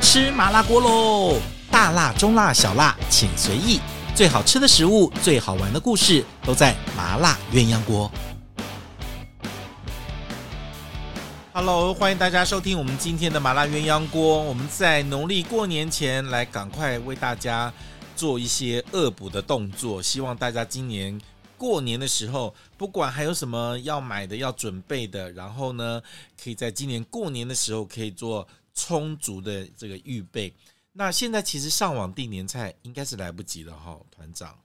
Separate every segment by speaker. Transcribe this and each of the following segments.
Speaker 1: 吃麻辣锅喽！大辣、中辣、小辣，请随意。最好吃的食物，最好玩的故事，都在麻辣鸳鸯锅。Hello，欢迎大家收听我们今天的麻辣鸳鸯锅。我们在农历过年前来，赶快为大家做一些恶补的动作，希望大家今年。过年的时候，不管还有什么要买的、要准备的，然后呢，可以在今年过年的时候可以做充足的这个预备。那现在其实上网订年菜应该是来不及了哈，团长，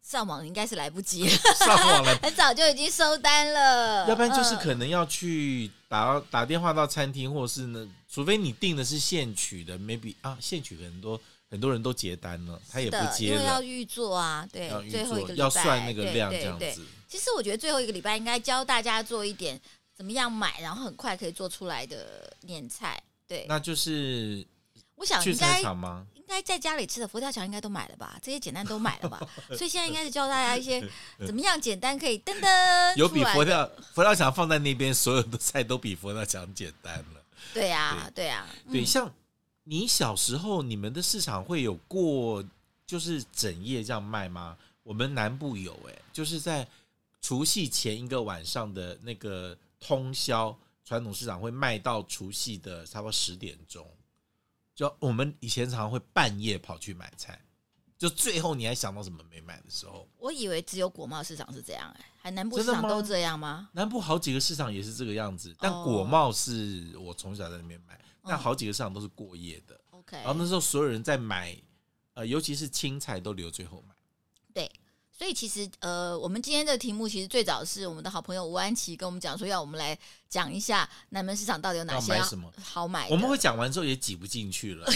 Speaker 2: 上网应该是来不及，，
Speaker 1: 上网了
Speaker 2: 很早就已经收单了。
Speaker 1: 要不然就是
Speaker 2: 嗯
Speaker 1: 可能要去打到打电话到餐厅，或者是呢，除非你订的是现取的，maybe 啊，现取很多很多人都结单了，他也不
Speaker 2: 的，因
Speaker 1: 接
Speaker 2: 为要
Speaker 1: 了，
Speaker 2: 预做啊，对
Speaker 1: 要，预
Speaker 2: 最后一
Speaker 1: 做
Speaker 2: 个礼拜
Speaker 1: 要算那个
Speaker 2: 对
Speaker 1: 量
Speaker 2: 对
Speaker 1: 这样
Speaker 2: 对
Speaker 1: 子。
Speaker 2: 其实我觉得最后一个礼拜应该教大家做一点怎么样买，然后很快可以做出来的年菜。对，
Speaker 1: 那就是
Speaker 2: 我想
Speaker 1: 去
Speaker 2: 应
Speaker 1: 菜
Speaker 2: 该
Speaker 1: 市场吗？
Speaker 2: 应该在家里吃的佛跳墙应该都买了吧，这些简单都买了吧，所以现在应该是教大家 一些怎么样简单可以噔噔
Speaker 1: 有
Speaker 2: 出
Speaker 1: 比
Speaker 2: 来
Speaker 1: 佛
Speaker 2: 的
Speaker 1: 跳佛跳墙放在那边， 所有的菜都比佛跳墙简单了。
Speaker 2: 对呀对啊嗯呀
Speaker 1: 对，像你小时候，你们的市场会有过就是整夜这样卖吗？我们南部有哎、就是在除夕前一个晚上的那个通宵，传统市场会卖到除夕的差不多十点钟。就我们以前常常会半夜跑去买菜，就最后你还想到什么没买的时候，
Speaker 2: 我以为只有国贸市场是这样哎，还南部
Speaker 1: 真
Speaker 2: 市
Speaker 1: 的
Speaker 2: 场
Speaker 1: 吗
Speaker 2: 都这样吗？
Speaker 1: 南部好几个市场也是这个样子，但
Speaker 2: 哦
Speaker 1: 果贸是我从小在那边买，但
Speaker 2: 嗯哎
Speaker 1: 好几个市场都是过夜的。
Speaker 2: OK，
Speaker 1: 然后那时候所有人在买，呃，尤其是青菜都留最后买。
Speaker 2: 对，所以其实呃，我们今天的题目其实最早是我们的好朋友吴安琪跟我们讲说，要我们来讲一下南门市场到底有哪些啊呃
Speaker 1: 要买什么
Speaker 2: 好买的。
Speaker 1: 我们会讲完之后也挤不进去 了。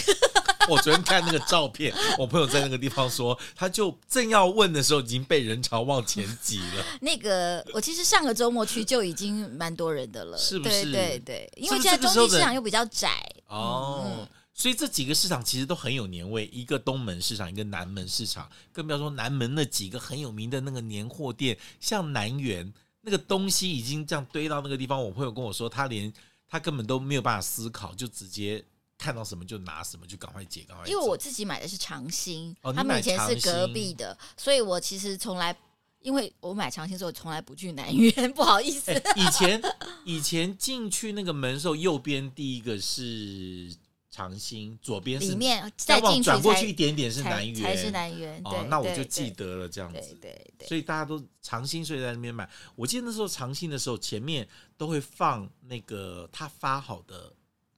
Speaker 1: 我昨天看那个照片，我朋友在那个地方说，他就正要问的时候，已经被人潮往前挤了。
Speaker 2: 那个，我其实上个周末去就已经蛮多人的了，
Speaker 1: 是不是
Speaker 2: 对对对，因
Speaker 1: 是
Speaker 2: 为
Speaker 1: 不是
Speaker 2: 现在
Speaker 1: 这个
Speaker 2: 中
Speaker 1: 时候
Speaker 2: 心
Speaker 1: 的
Speaker 2: 市场又比较窄，嗯
Speaker 1: 哦，所以这几个市场其实都很有年味，一个东门市场，一个南门市场，更不要说南门那几个很有名的那个年货店，像南园那个东西已经这样堆到那个地方，我朋友跟我说，他连他根本都没有办法思考，就直接看到什么就拿什么，就赶快解，赶快走。
Speaker 2: 因为我自己买的是长兴，
Speaker 1: 哦你
Speaker 2: 他们
Speaker 1: 买
Speaker 2: 以前是
Speaker 1: 长
Speaker 2: 隔
Speaker 1: 兴
Speaker 2: 壁的，所以我其实从来。因为我买长兴之后，从来不去南园， 不好意思。
Speaker 1: 哎以前以前进去那个门的时候，右边第一个是长兴，左边是
Speaker 2: 里面
Speaker 1: 再
Speaker 2: 再
Speaker 1: 往
Speaker 2: 进去
Speaker 1: 转过
Speaker 2: 才
Speaker 1: 去一点点是
Speaker 2: 才
Speaker 1: 南园，
Speaker 2: 才是南园。对
Speaker 1: 哦，，那我
Speaker 2: 对
Speaker 1: 就
Speaker 2: 对
Speaker 1: 记得了这样
Speaker 2: 对
Speaker 1: 子。
Speaker 2: 对对，
Speaker 1: 所以大家都长兴，所以在那边买。我记得那时候长兴的时候，前面都会放那个他发好的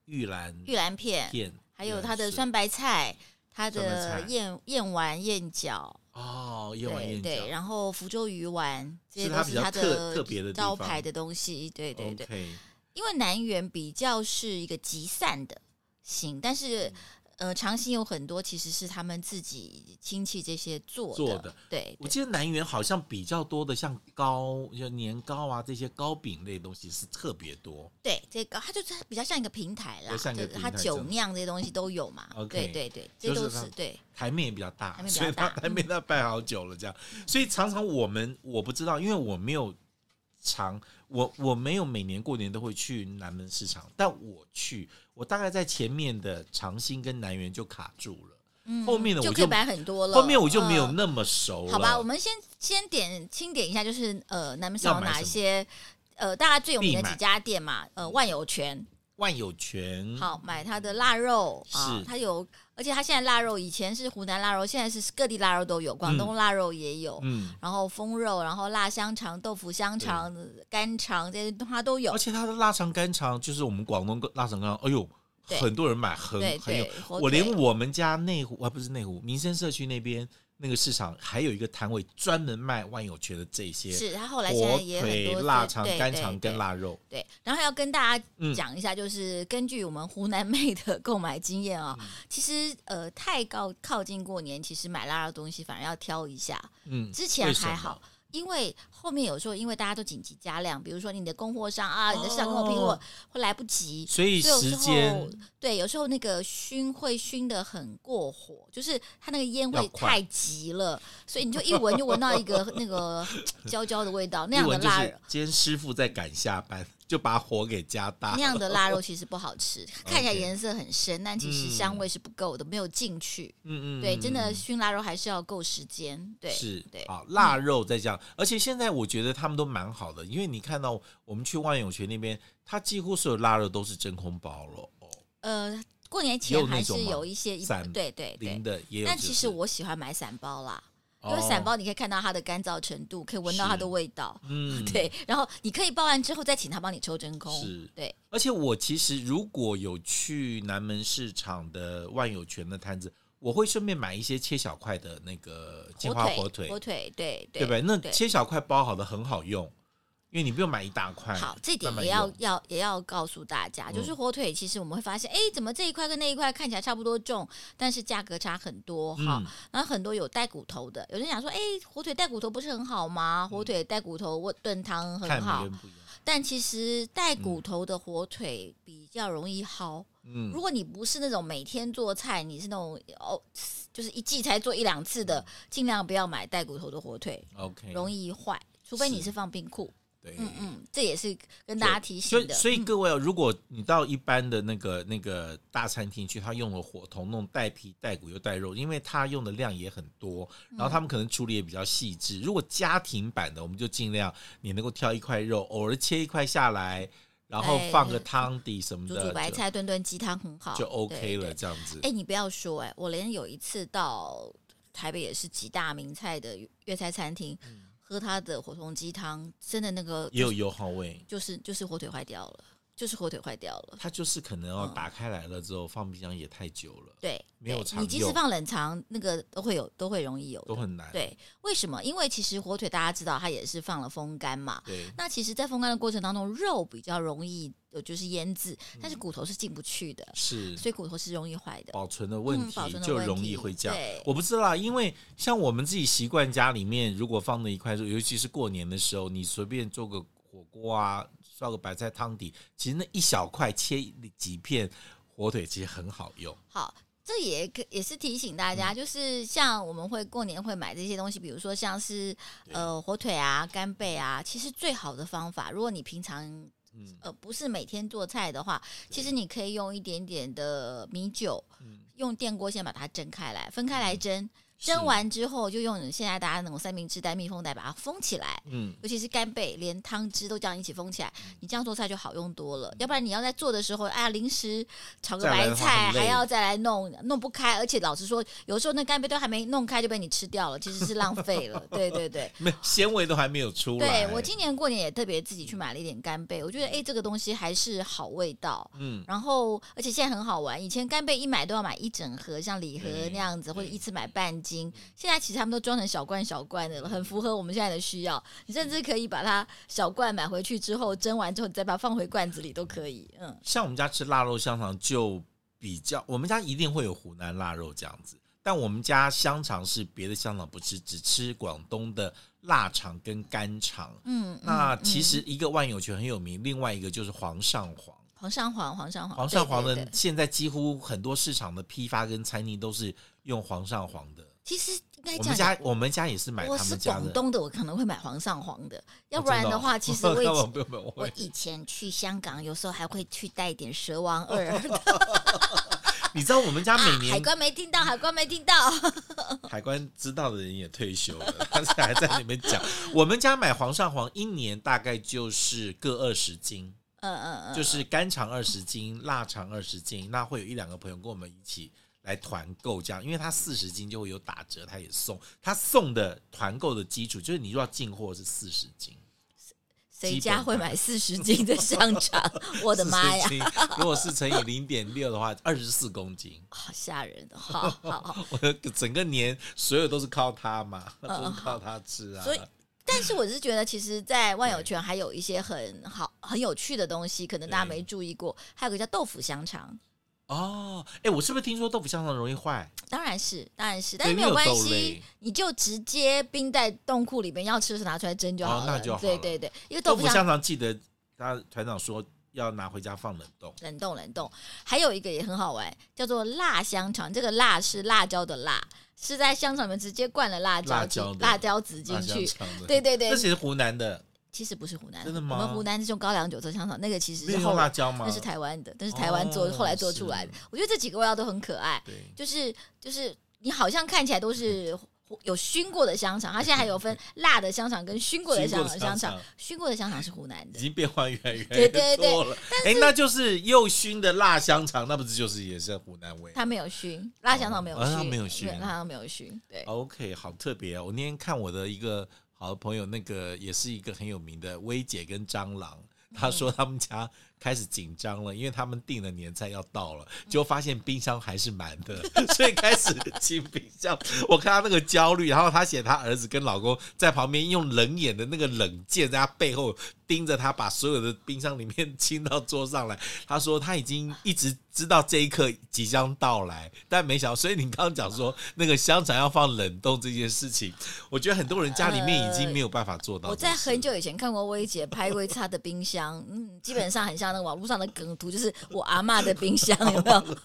Speaker 1: 玉兰
Speaker 2: 玉兰片，
Speaker 1: 片，
Speaker 2: 还有它
Speaker 1: 玉
Speaker 2: 的
Speaker 1: 兰
Speaker 2: 酸白菜，它
Speaker 1: 酸白
Speaker 2: 的
Speaker 1: 菜
Speaker 2: 燕燕丸、燕饺，
Speaker 1: 笋哦，燕丸
Speaker 2: 对
Speaker 1: 燕
Speaker 2: 对，
Speaker 1: 饺。
Speaker 2: 然后福州鱼丸，这些
Speaker 1: 是
Speaker 2: 都
Speaker 1: 它
Speaker 2: 是
Speaker 1: 比较
Speaker 2: 它
Speaker 1: 特
Speaker 2: 的
Speaker 1: 特别的地
Speaker 2: 招
Speaker 1: 方
Speaker 2: 牌的东西。对对对，
Speaker 1: OK，
Speaker 2: 因为南园比较是一个集散的型，但
Speaker 1: 嗯
Speaker 2: 是。呃，长兴有很多其实是他们自己亲戚这些做
Speaker 1: 做的
Speaker 2: 的，对，
Speaker 1: 我
Speaker 2: 对
Speaker 1: 记得南园好像比较多的，像糕、像年糕啊这些糕饼类的东西是特别多。
Speaker 2: 对，这个它就是比较像一个平台啦，
Speaker 1: 比较像一个
Speaker 2: 就是它
Speaker 1: 平台
Speaker 2: 酒
Speaker 1: 这样
Speaker 2: 酿这些东西都有嘛
Speaker 1: OK，
Speaker 2: 对对对，
Speaker 1: 就
Speaker 2: 这都
Speaker 1: 是它
Speaker 2: 是对，
Speaker 1: 台面也比较大，
Speaker 2: 台面比
Speaker 1: 所以
Speaker 2: 较
Speaker 1: 他
Speaker 2: 大嗯
Speaker 1: 台面他摆好久了这样，所以常常我们我不知道，因为我没有常我我没有每年过年都会去南门市场，但我去，我大概在前面的长兴跟南园就卡住了，
Speaker 2: 嗯
Speaker 1: 后面的我
Speaker 2: 就可
Speaker 1: 就
Speaker 2: 以摆很多了，
Speaker 1: 后面我就没有
Speaker 2: 嗯
Speaker 1: 那么熟了。
Speaker 2: 好吧，我们先先点清点一下，就是呃，南门市
Speaker 1: 要
Speaker 2: 场有
Speaker 1: 买
Speaker 2: 哪一
Speaker 1: 什么嗯
Speaker 2: 些呃，大家最有名
Speaker 1: 必
Speaker 2: 的
Speaker 1: 买
Speaker 2: 几家店嘛？呃，万有泉，
Speaker 1: 万有泉，
Speaker 2: 好买它的腊肉啊
Speaker 1: 嗯是，
Speaker 2: 它有，而且它现在腊肉以前是湖南腊肉，现在是各地腊肉都有，广东腊肉也有，
Speaker 1: 嗯，
Speaker 2: 然后风肉，然后腊香肠、豆腐香肠、干肠这些它都有
Speaker 1: 而，且它的腊肠干肠就是我们广东腊肠干肠，哎呦，
Speaker 2: 对
Speaker 1: 很多人买，很
Speaker 2: 对
Speaker 1: 很有
Speaker 2: 对，火
Speaker 1: 我连
Speaker 2: 腿
Speaker 1: 我们家内湖啊，不是内湖民生社区那边那个市场，还有一个摊位专门卖万有泉的这些
Speaker 2: 是它后来现在
Speaker 1: 火
Speaker 2: 也很
Speaker 1: 腿、
Speaker 2: 多
Speaker 1: 腊
Speaker 2: 是
Speaker 1: 肠
Speaker 2: 对、
Speaker 1: 干
Speaker 2: 对
Speaker 1: 肠
Speaker 2: 对
Speaker 1: 跟腊肉。
Speaker 2: 对，然后要跟大家
Speaker 1: 嗯
Speaker 2: 讲一下，就是根据我们湖南妹的 购买经验啊、
Speaker 1: 嗯
Speaker 2: 其实呃太高靠近过年，其实买腊肉东西反而要挑一下。
Speaker 1: 嗯，
Speaker 2: 之前
Speaker 1: 为什
Speaker 2: 还
Speaker 1: 么
Speaker 2: 好，因为后面有时候因为大家都紧急加量，比如说你的供货商啊，你的市场跟我拼货
Speaker 1: 哦
Speaker 2: 会来不及，
Speaker 1: 所以
Speaker 2: 所以有
Speaker 1: 时
Speaker 2: 时
Speaker 1: 间
Speaker 2: 候对，有时候那个熏会熏的很过火，就是它那个烟
Speaker 1: 要
Speaker 2: 味
Speaker 1: 快
Speaker 2: 太急了，所以你就一 闻就闻到一个那个焦焦的味道，那样
Speaker 1: 一
Speaker 2: 的
Speaker 1: 闻就
Speaker 2: 腊
Speaker 1: 是今天师傅在赶下班， 就把火给加大
Speaker 2: 那
Speaker 1: 了。
Speaker 2: 样的腊 肉其实不好吃，看起来
Speaker 1: OK
Speaker 2: 颜色很深，但其实
Speaker 1: 嗯
Speaker 2: 香味是不够的，没有进去。
Speaker 1: 嗯嗯，
Speaker 2: 对，真的
Speaker 1: 嗯
Speaker 2: 熏腊肉还是要够时间。对，
Speaker 1: 是，
Speaker 2: 对
Speaker 1: 啊，腊肉再这样，而且现在我觉得他们都蛮好的，因为你看到我们去万永泉那边，它几乎所有腊肉都是真空包了，哦，
Speaker 2: 呃，过年
Speaker 1: 也
Speaker 2: 前
Speaker 1: 有那
Speaker 2: 还是
Speaker 1: 种吗
Speaker 2: 有一些，
Speaker 1: 散
Speaker 2: 对对
Speaker 1: 零
Speaker 2: 对。
Speaker 1: 的也有就是。
Speaker 2: 但其实我喜欢买散包啦，因为
Speaker 1: 哦
Speaker 2: 散，包你可以看到它的干燥程度，可以闻到它
Speaker 1: 是
Speaker 2: 的味道。
Speaker 1: 嗯，
Speaker 2: 对，然后你可以包完之后再请他帮你抽真空。
Speaker 1: 是
Speaker 2: 对，
Speaker 1: 而且我其实如果有去南门市场的万有泉的摊子，我会顺便买一些切小块的那个金华火腿，
Speaker 2: 火腿，对
Speaker 1: 对不对？那
Speaker 2: 对
Speaker 1: 切小块包好的很好用，因为你不用买一大块。
Speaker 2: 好，这点
Speaker 1: 慢慢
Speaker 2: 也要
Speaker 1: 用
Speaker 2: 要也要告诉大家，
Speaker 1: 嗯
Speaker 2: 就是火腿，其实我们会发现，哎，怎么这一块跟那一块看起来差不多重，但是价格差很多哈。
Speaker 1: 嗯
Speaker 2: 然后很多有带骨头的，有人想说，哎，火腿带骨头不是很好吗？火腿带骨头我炖汤
Speaker 1: 嗯看嗯
Speaker 2: 很
Speaker 1: 每个
Speaker 2: 好
Speaker 1: 人，不一样。
Speaker 2: 但其实带骨头的火腿比较容易薅。
Speaker 1: 嗯
Speaker 2: 如果你不是那种每天做菜，你是那种哦，就是一季才做一两次
Speaker 1: 嗯
Speaker 2: 的，尽量不要买带骨头的火腿，
Speaker 1: ，OK，
Speaker 2: 容
Speaker 1: 易
Speaker 2: 易坏。除非你
Speaker 1: 是
Speaker 2: 是放冰库，
Speaker 1: 对。
Speaker 2: 嗯嗯，这也是跟大家提
Speaker 1: 所
Speaker 2: 醒
Speaker 1: 以，
Speaker 2: 的。
Speaker 1: 所以
Speaker 2: 嗯
Speaker 1: 各位哦，如果你到一般的那个那个大餐厅去，他用了火筒弄带皮、带骨又带肉，因为他用的量也很多，
Speaker 2: 嗯
Speaker 1: 然后他们可能处理也比较细致。如果家庭版的，我们就尽量你能够挑一块肉，偶尔切一块下来，然后
Speaker 2: 哎
Speaker 1: 放个汤底什么
Speaker 2: 煮
Speaker 1: 的，
Speaker 2: 煮白
Speaker 1: 就
Speaker 2: 菜、炖炖鸡汤很好，
Speaker 1: 就
Speaker 2: 对
Speaker 1: OK 了，
Speaker 2: 对
Speaker 1: 这样子。
Speaker 2: 哎、你不要说、哎，我连有一次到台北也是几大名菜的粤菜餐厅，喝他的火筒鸡汤，真的那个
Speaker 1: 也有油耗味，
Speaker 2: 就是就是火腿坏掉了，就是火腿坏掉了。
Speaker 1: 它就是可能哦，
Speaker 2: 嗯
Speaker 1: 打开来了之后放冰箱也太久了，
Speaker 2: 对，
Speaker 1: 没有
Speaker 2: 对
Speaker 1: 常
Speaker 2: 你即使
Speaker 1: 用
Speaker 2: 放冷藏，那个都会有，都会容易有
Speaker 1: 都
Speaker 2: 的。
Speaker 1: 很难。
Speaker 2: 对，为什么？因为其实火腿大家知道，它也是放了风干嘛。
Speaker 1: 对
Speaker 2: 那其实，在风干的过程当中，肉比较容易呃就是腌制，但是骨头是进不去的，
Speaker 1: 是。
Speaker 2: 所以骨头是容易坏的。
Speaker 1: 保存的问
Speaker 2: 嗯
Speaker 1: 题
Speaker 2: 保存的
Speaker 1: 就
Speaker 2: 问
Speaker 1: 容易
Speaker 2: 题
Speaker 1: 会这样
Speaker 2: 对。
Speaker 1: 我不知道啦，因为像我们自己习惯家里面，如果放了一块肉，尤其是过年的时候，你随便做个火锅啊，烧个白菜汤底，其实那一小块切几片火腿，其实很好用。
Speaker 2: 好，这也可也是提醒大家，就是像我们会过年会买这些东西，比如说像是呃火腿啊、干贝啊，其实最好的方法，如果你平常。
Speaker 1: 嗯
Speaker 2: 呃，不是每天做菜的话，其实你可以用一点点的米酒，用电锅先把它蒸开来，分开来蒸。蒸
Speaker 1: 是，
Speaker 2: 完之后，就用现在大家那种三明治袋、密封袋把它封起来。
Speaker 1: 嗯，
Speaker 2: 尤其是干贝，连汤汁都这样一起封起来，你这样做菜就好用多了。要不然你要在做的时候，哎呀，临时炒个
Speaker 1: 再来
Speaker 2: 白
Speaker 1: 的话
Speaker 2: 菜，
Speaker 1: 很累
Speaker 2: 还要再来弄，弄不开。而且老实说，有时候那干贝都还没弄开就被你吃掉了，其实是浪费 了。对对对。
Speaker 1: 没纤维都还没有出来。
Speaker 2: 对我今年过年也特别自己去买了一点干贝，我觉得哎，这个东西还是好味道。
Speaker 1: 嗯
Speaker 2: 然后，而且现在很好玩。以前干贝一买都要买一整盒，像礼盒
Speaker 1: 对
Speaker 2: 那样子，或者
Speaker 1: 对嗯
Speaker 2: 一次买半斤。现在其实他们都装成小罐小罐的了，很符合我们现在的需要。你甚
Speaker 1: 嗯
Speaker 2: 至可以把它小罐买回去之后蒸完之后，你再把它放回罐子里都可以。嗯，
Speaker 1: 像我们家吃腊肉香肠就比较，我们家一定会有湖南腊肉这样子，但我们家香肠是别的香肠不吃，只吃广东的腊肠跟干肠。
Speaker 2: 嗯，
Speaker 1: 那
Speaker 2: 嗯
Speaker 1: 其
Speaker 2: 嗯
Speaker 1: 实一个万有泉很有名，另外一个就是皇上皇。
Speaker 2: 皇上皇皇上皇
Speaker 1: 皇上皇
Speaker 2: 哦对
Speaker 1: 的
Speaker 2: 对对
Speaker 1: 现在几乎很多市场的批发跟餐厅都是用皇上皇的。
Speaker 2: 其实应该
Speaker 1: 我
Speaker 2: 哎讲
Speaker 1: 们。家我们家也是买
Speaker 2: 我
Speaker 1: 他
Speaker 2: 是
Speaker 1: 们家
Speaker 2: 广
Speaker 1: 的，
Speaker 2: 东的，我可能会买皇上皇的，要
Speaker 1: 哦
Speaker 2: 不然
Speaker 1: 真
Speaker 2: 的
Speaker 1: 哦
Speaker 2: 话，其实我以
Speaker 1: 那
Speaker 2: 前
Speaker 1: 不不不
Speaker 2: 我
Speaker 1: 会
Speaker 2: 以前去香港，有时候还会去带一点蛇王二
Speaker 1: 你知道我们家每
Speaker 2: 啊，
Speaker 1: 年
Speaker 2: 海关没听到，海关没听到。
Speaker 1: 海关知道的人也退休了，他现在还在里面讲。我们家买皇上皇一年大概就是各二十斤，
Speaker 2: 嗯嗯嗯，
Speaker 1: 就是干肠二十斤，腊肠二十斤。那会有一两个朋友跟我们一起来团购这样，因为他四十斤就会有打折，他也送。他送的团购的基础就是你若要进货是四十斤，
Speaker 2: 谁
Speaker 1: 基
Speaker 2: 家
Speaker 1: 本
Speaker 2: 会买四十斤的香 肠？我的妈呀
Speaker 1: 40，斤！如果是乘以零点六的话，二十四公斤。
Speaker 2: 好吓人！哦好好好，
Speaker 1: 我的整个年所有都是靠他嘛，都
Speaker 2: 嗯
Speaker 1: 是靠他吃啊。
Speaker 2: 所以。但是我是觉得，其实，在万有泉还有一些很好、很有趣的东西，可能大家
Speaker 1: 对
Speaker 2: 没注意过。还有个叫豆腐香肠，
Speaker 1: 哦，哎，我是不是听说豆腐香肠容易坏？
Speaker 2: 当然是，当然是，但是
Speaker 1: 因
Speaker 2: 没
Speaker 1: 为有
Speaker 2: 关
Speaker 1: 豆
Speaker 2: 系
Speaker 1: 类，
Speaker 2: 你就直接冰在冻库里面，要吃的时候拿出来蒸就
Speaker 1: 哦
Speaker 2: 好了。
Speaker 1: 那就好
Speaker 2: 对
Speaker 1: 了
Speaker 2: 对对，因为豆
Speaker 1: 豆
Speaker 2: 腐
Speaker 1: 腐
Speaker 2: 香
Speaker 1: 香肠记得，他团长说要拿回家放冷冻。
Speaker 2: 冷冻冷冻，还有一个也很好玩，叫做辣香肠。这个辣是辣椒的辣，是在香肠里面直接灌了辣椒
Speaker 1: 辣
Speaker 2: 进
Speaker 1: 椒的
Speaker 2: 辣椒籽进
Speaker 1: 辣香
Speaker 2: 去。
Speaker 1: 肠的
Speaker 2: 对对对
Speaker 1: 这，其实湖南的，
Speaker 2: 其实不是湖南，
Speaker 1: 真的吗
Speaker 2: 我们湖南是用高粱酒做香肠，那个其实
Speaker 1: 没
Speaker 2: 是
Speaker 1: 有
Speaker 2: 后
Speaker 1: 用辣
Speaker 2: 来
Speaker 1: 椒吗？
Speaker 2: 那是台湾的，但是台湾做、
Speaker 1: 哦
Speaker 2: 后来做出来的。我觉得这几个味道都很可爱，
Speaker 1: 对，
Speaker 2: 就是就是你好像看起来都是有熏过的香肠，它现在还 有分辣的香肠跟熏过的
Speaker 1: 熏
Speaker 2: 香
Speaker 1: 过的香
Speaker 2: 香肠
Speaker 1: 肠，
Speaker 2: 熏过的香肠是湖南
Speaker 1: 已
Speaker 2: 的。
Speaker 1: 经变化越来越
Speaker 2: 对对对
Speaker 1: 多了。哎，那就是又熏的辣香肠，那不是就是也是湖南味
Speaker 2: 它没有熏，辣香肠没有
Speaker 1: 哦
Speaker 2: 熏，
Speaker 1: 它没有熏
Speaker 2: 对辣香肠没有熏，对，
Speaker 1: ？OK，好特别哦！我那天看我的一个好朋友，那个也是一个很有名的薇姐跟蟑螂。她说他们家开始紧张了，因为他们订的年菜要到了，结果发现冰箱还是满的，所以开始清冰箱。我看她那个焦虑，然后她写她儿子跟老公在旁边用冷眼的那个冷箭在她背后盯着她，把所有的冰箱里面 清到桌上来。她说她已经一直知道这一刻即将到来，但没想到， 所以你刚刚讲说那个香肠要放冷冻这件事情，我觉得很多人家里面已经没有办法做到
Speaker 2: 我
Speaker 1: 这件
Speaker 2: 在
Speaker 1: 事。
Speaker 2: 很久以前看过薇姐拍过一次她的冰箱，嗯，基本上很像那个网络上的梗图，就是我阿嬷的冰箱，有没有？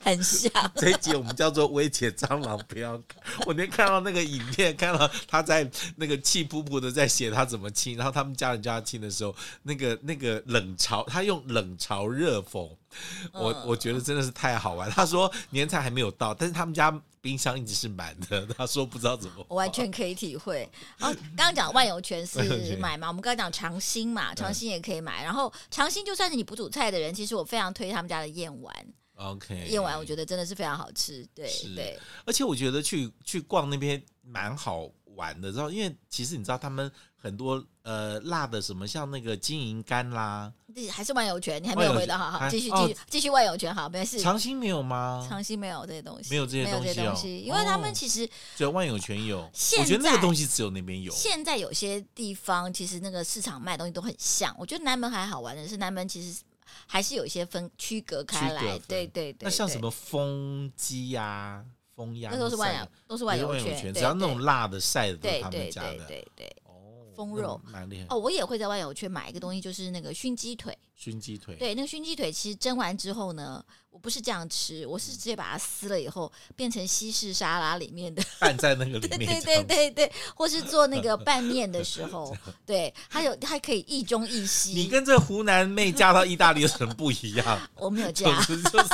Speaker 2: 很像。
Speaker 1: 这一集我们叫做“威胁蟑螂不要看”。 我那天看到那个影片，看到他在那个气噗噗的在写他怎么亲，然后他们家人叫他亲的时候，那个那个冷嘲，他用冷嘲热讽，
Speaker 2: 嗯
Speaker 1: 我我觉得真的是太好玩。他说年菜还没有到，但是他们家冰箱一直是满的， 他说不知道怎么
Speaker 2: 我完全可以 体会。然后刚刚讲万有全
Speaker 1: 万有
Speaker 2: 是
Speaker 1: 全
Speaker 2: 买嘛，我们刚刚讲长兴嘛，长兴也可以买。然后长兴就算是你不煮菜的人，其实我非常推他们家的燕丸，
Speaker 1: OK
Speaker 2: 燕丸我觉得真的是非常好吃。对
Speaker 1: 哎是
Speaker 2: 对，
Speaker 1: 而且我觉得去去逛那边蛮好玩的，知道？因为其实你知道他们很多呃辣的什么，像那个金银柑啦，
Speaker 2: 这还是万有全，你还没有
Speaker 1: 万有
Speaker 2: 回答，
Speaker 1: 全
Speaker 2: 好好
Speaker 1: 还
Speaker 2: 继续
Speaker 1: 哦
Speaker 2: 继续继续万有全，好，没事。
Speaker 1: 长兴没有吗？
Speaker 2: 长兴没有这些东西，
Speaker 1: 没有这些
Speaker 2: 没有
Speaker 1: 东
Speaker 2: 这
Speaker 1: 西
Speaker 2: 些
Speaker 1: 哦
Speaker 2: 东西，因为他们
Speaker 1: 哦
Speaker 2: 其实
Speaker 1: 对，万有全有。
Speaker 2: 现
Speaker 1: 我觉得那个
Speaker 2: 在
Speaker 1: 东西只有那边有。
Speaker 2: 现在有些地方其实那个市场卖的东西都很像，我觉得南门还好玩的是南门其实还是有一些分区隔开
Speaker 1: 区隔
Speaker 2: 来
Speaker 1: 分，
Speaker 2: 对对对。
Speaker 1: 那像什
Speaker 2: 对？
Speaker 1: 么风鸡呀、风鸭，
Speaker 2: 那都是万有
Speaker 1: 散的，
Speaker 2: 都是万
Speaker 1: 也
Speaker 2: 有
Speaker 1: 是
Speaker 2: 圈，
Speaker 1: 只
Speaker 2: 对
Speaker 1: 要那种辣的晒的都是
Speaker 2: 对
Speaker 1: 他们
Speaker 2: 对
Speaker 1: 家
Speaker 2: 对
Speaker 1: 的。
Speaker 2: 对对。
Speaker 1: 哦，
Speaker 2: 风
Speaker 1: 那
Speaker 2: 肉
Speaker 1: 蛮厉害。
Speaker 2: 哦，我也会在万有圈买一个东西，就是那个熏鸡腿。
Speaker 1: 熏鸡腿，
Speaker 2: 对，那个熏鸡腿其实蒸完之后呢，我不是这样吃，我是直接把它撕了以后变成西式沙拉里面的
Speaker 1: 拌在那个里面
Speaker 2: 对
Speaker 1: 这样
Speaker 2: 对
Speaker 1: 子。
Speaker 2: 对对，或是做那个拌面的 时候，对，还有它可以亦中亦
Speaker 1: 你
Speaker 2: 西。
Speaker 1: 跟这湖南妹嫁到意大利有什么不一样？
Speaker 2: 我没有这
Speaker 1: 总
Speaker 2: 样。
Speaker 1: 之 就是，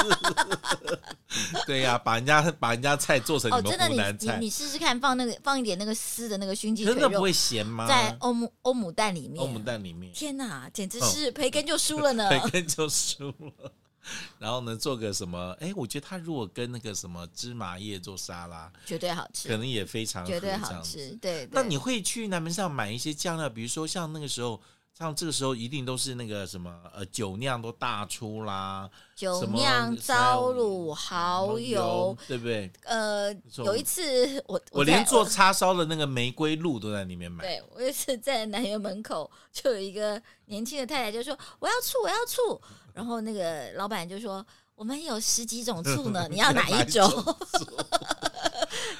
Speaker 1: 对呀、把人家把人家菜做成
Speaker 2: 哦，
Speaker 1: 你
Speaker 2: 真的，
Speaker 1: 们湖
Speaker 2: 你
Speaker 1: 南
Speaker 2: 你
Speaker 1: 菜，
Speaker 2: 你试试看，放那个放一点那个丝的那个熏鸡
Speaker 1: 真
Speaker 2: 腿
Speaker 1: 的不
Speaker 2: 肉
Speaker 1: 会咸吗？
Speaker 2: 在欧姆欧姆蛋里面。
Speaker 1: 欧姆蛋里面，
Speaker 2: 天哪，简直
Speaker 1: 嗯
Speaker 2: 是培根就输了 呢。
Speaker 1: 培根就输了。然后呢，做个什么？哎，我觉得他如果跟那个什么芝麻叶做沙拉，
Speaker 2: 绝对好吃
Speaker 1: 可，能也非常
Speaker 2: 绝对
Speaker 1: 合这
Speaker 2: 好
Speaker 1: 样子
Speaker 2: 吃。对，对
Speaker 1: 那你会去南门上买一些酱料，比如说像那个时候，像这个时候一定都是那个什么呃酒酿都大出啦，
Speaker 2: 酒
Speaker 1: 什么
Speaker 2: 酿糟乳
Speaker 1: 嗯蚝
Speaker 2: 蚝油，，
Speaker 1: 对不对？
Speaker 2: 呃，
Speaker 1: 错
Speaker 2: 有一次我
Speaker 1: 我连
Speaker 2: 在
Speaker 1: 做叉烧的那个玫瑰露都在里面买。
Speaker 2: 对，我有一次在南园门口，就有一个年轻的太太就说：“我要醋，我要醋。”然后那个老板就说：“我们有十几种醋呢，你要哪一种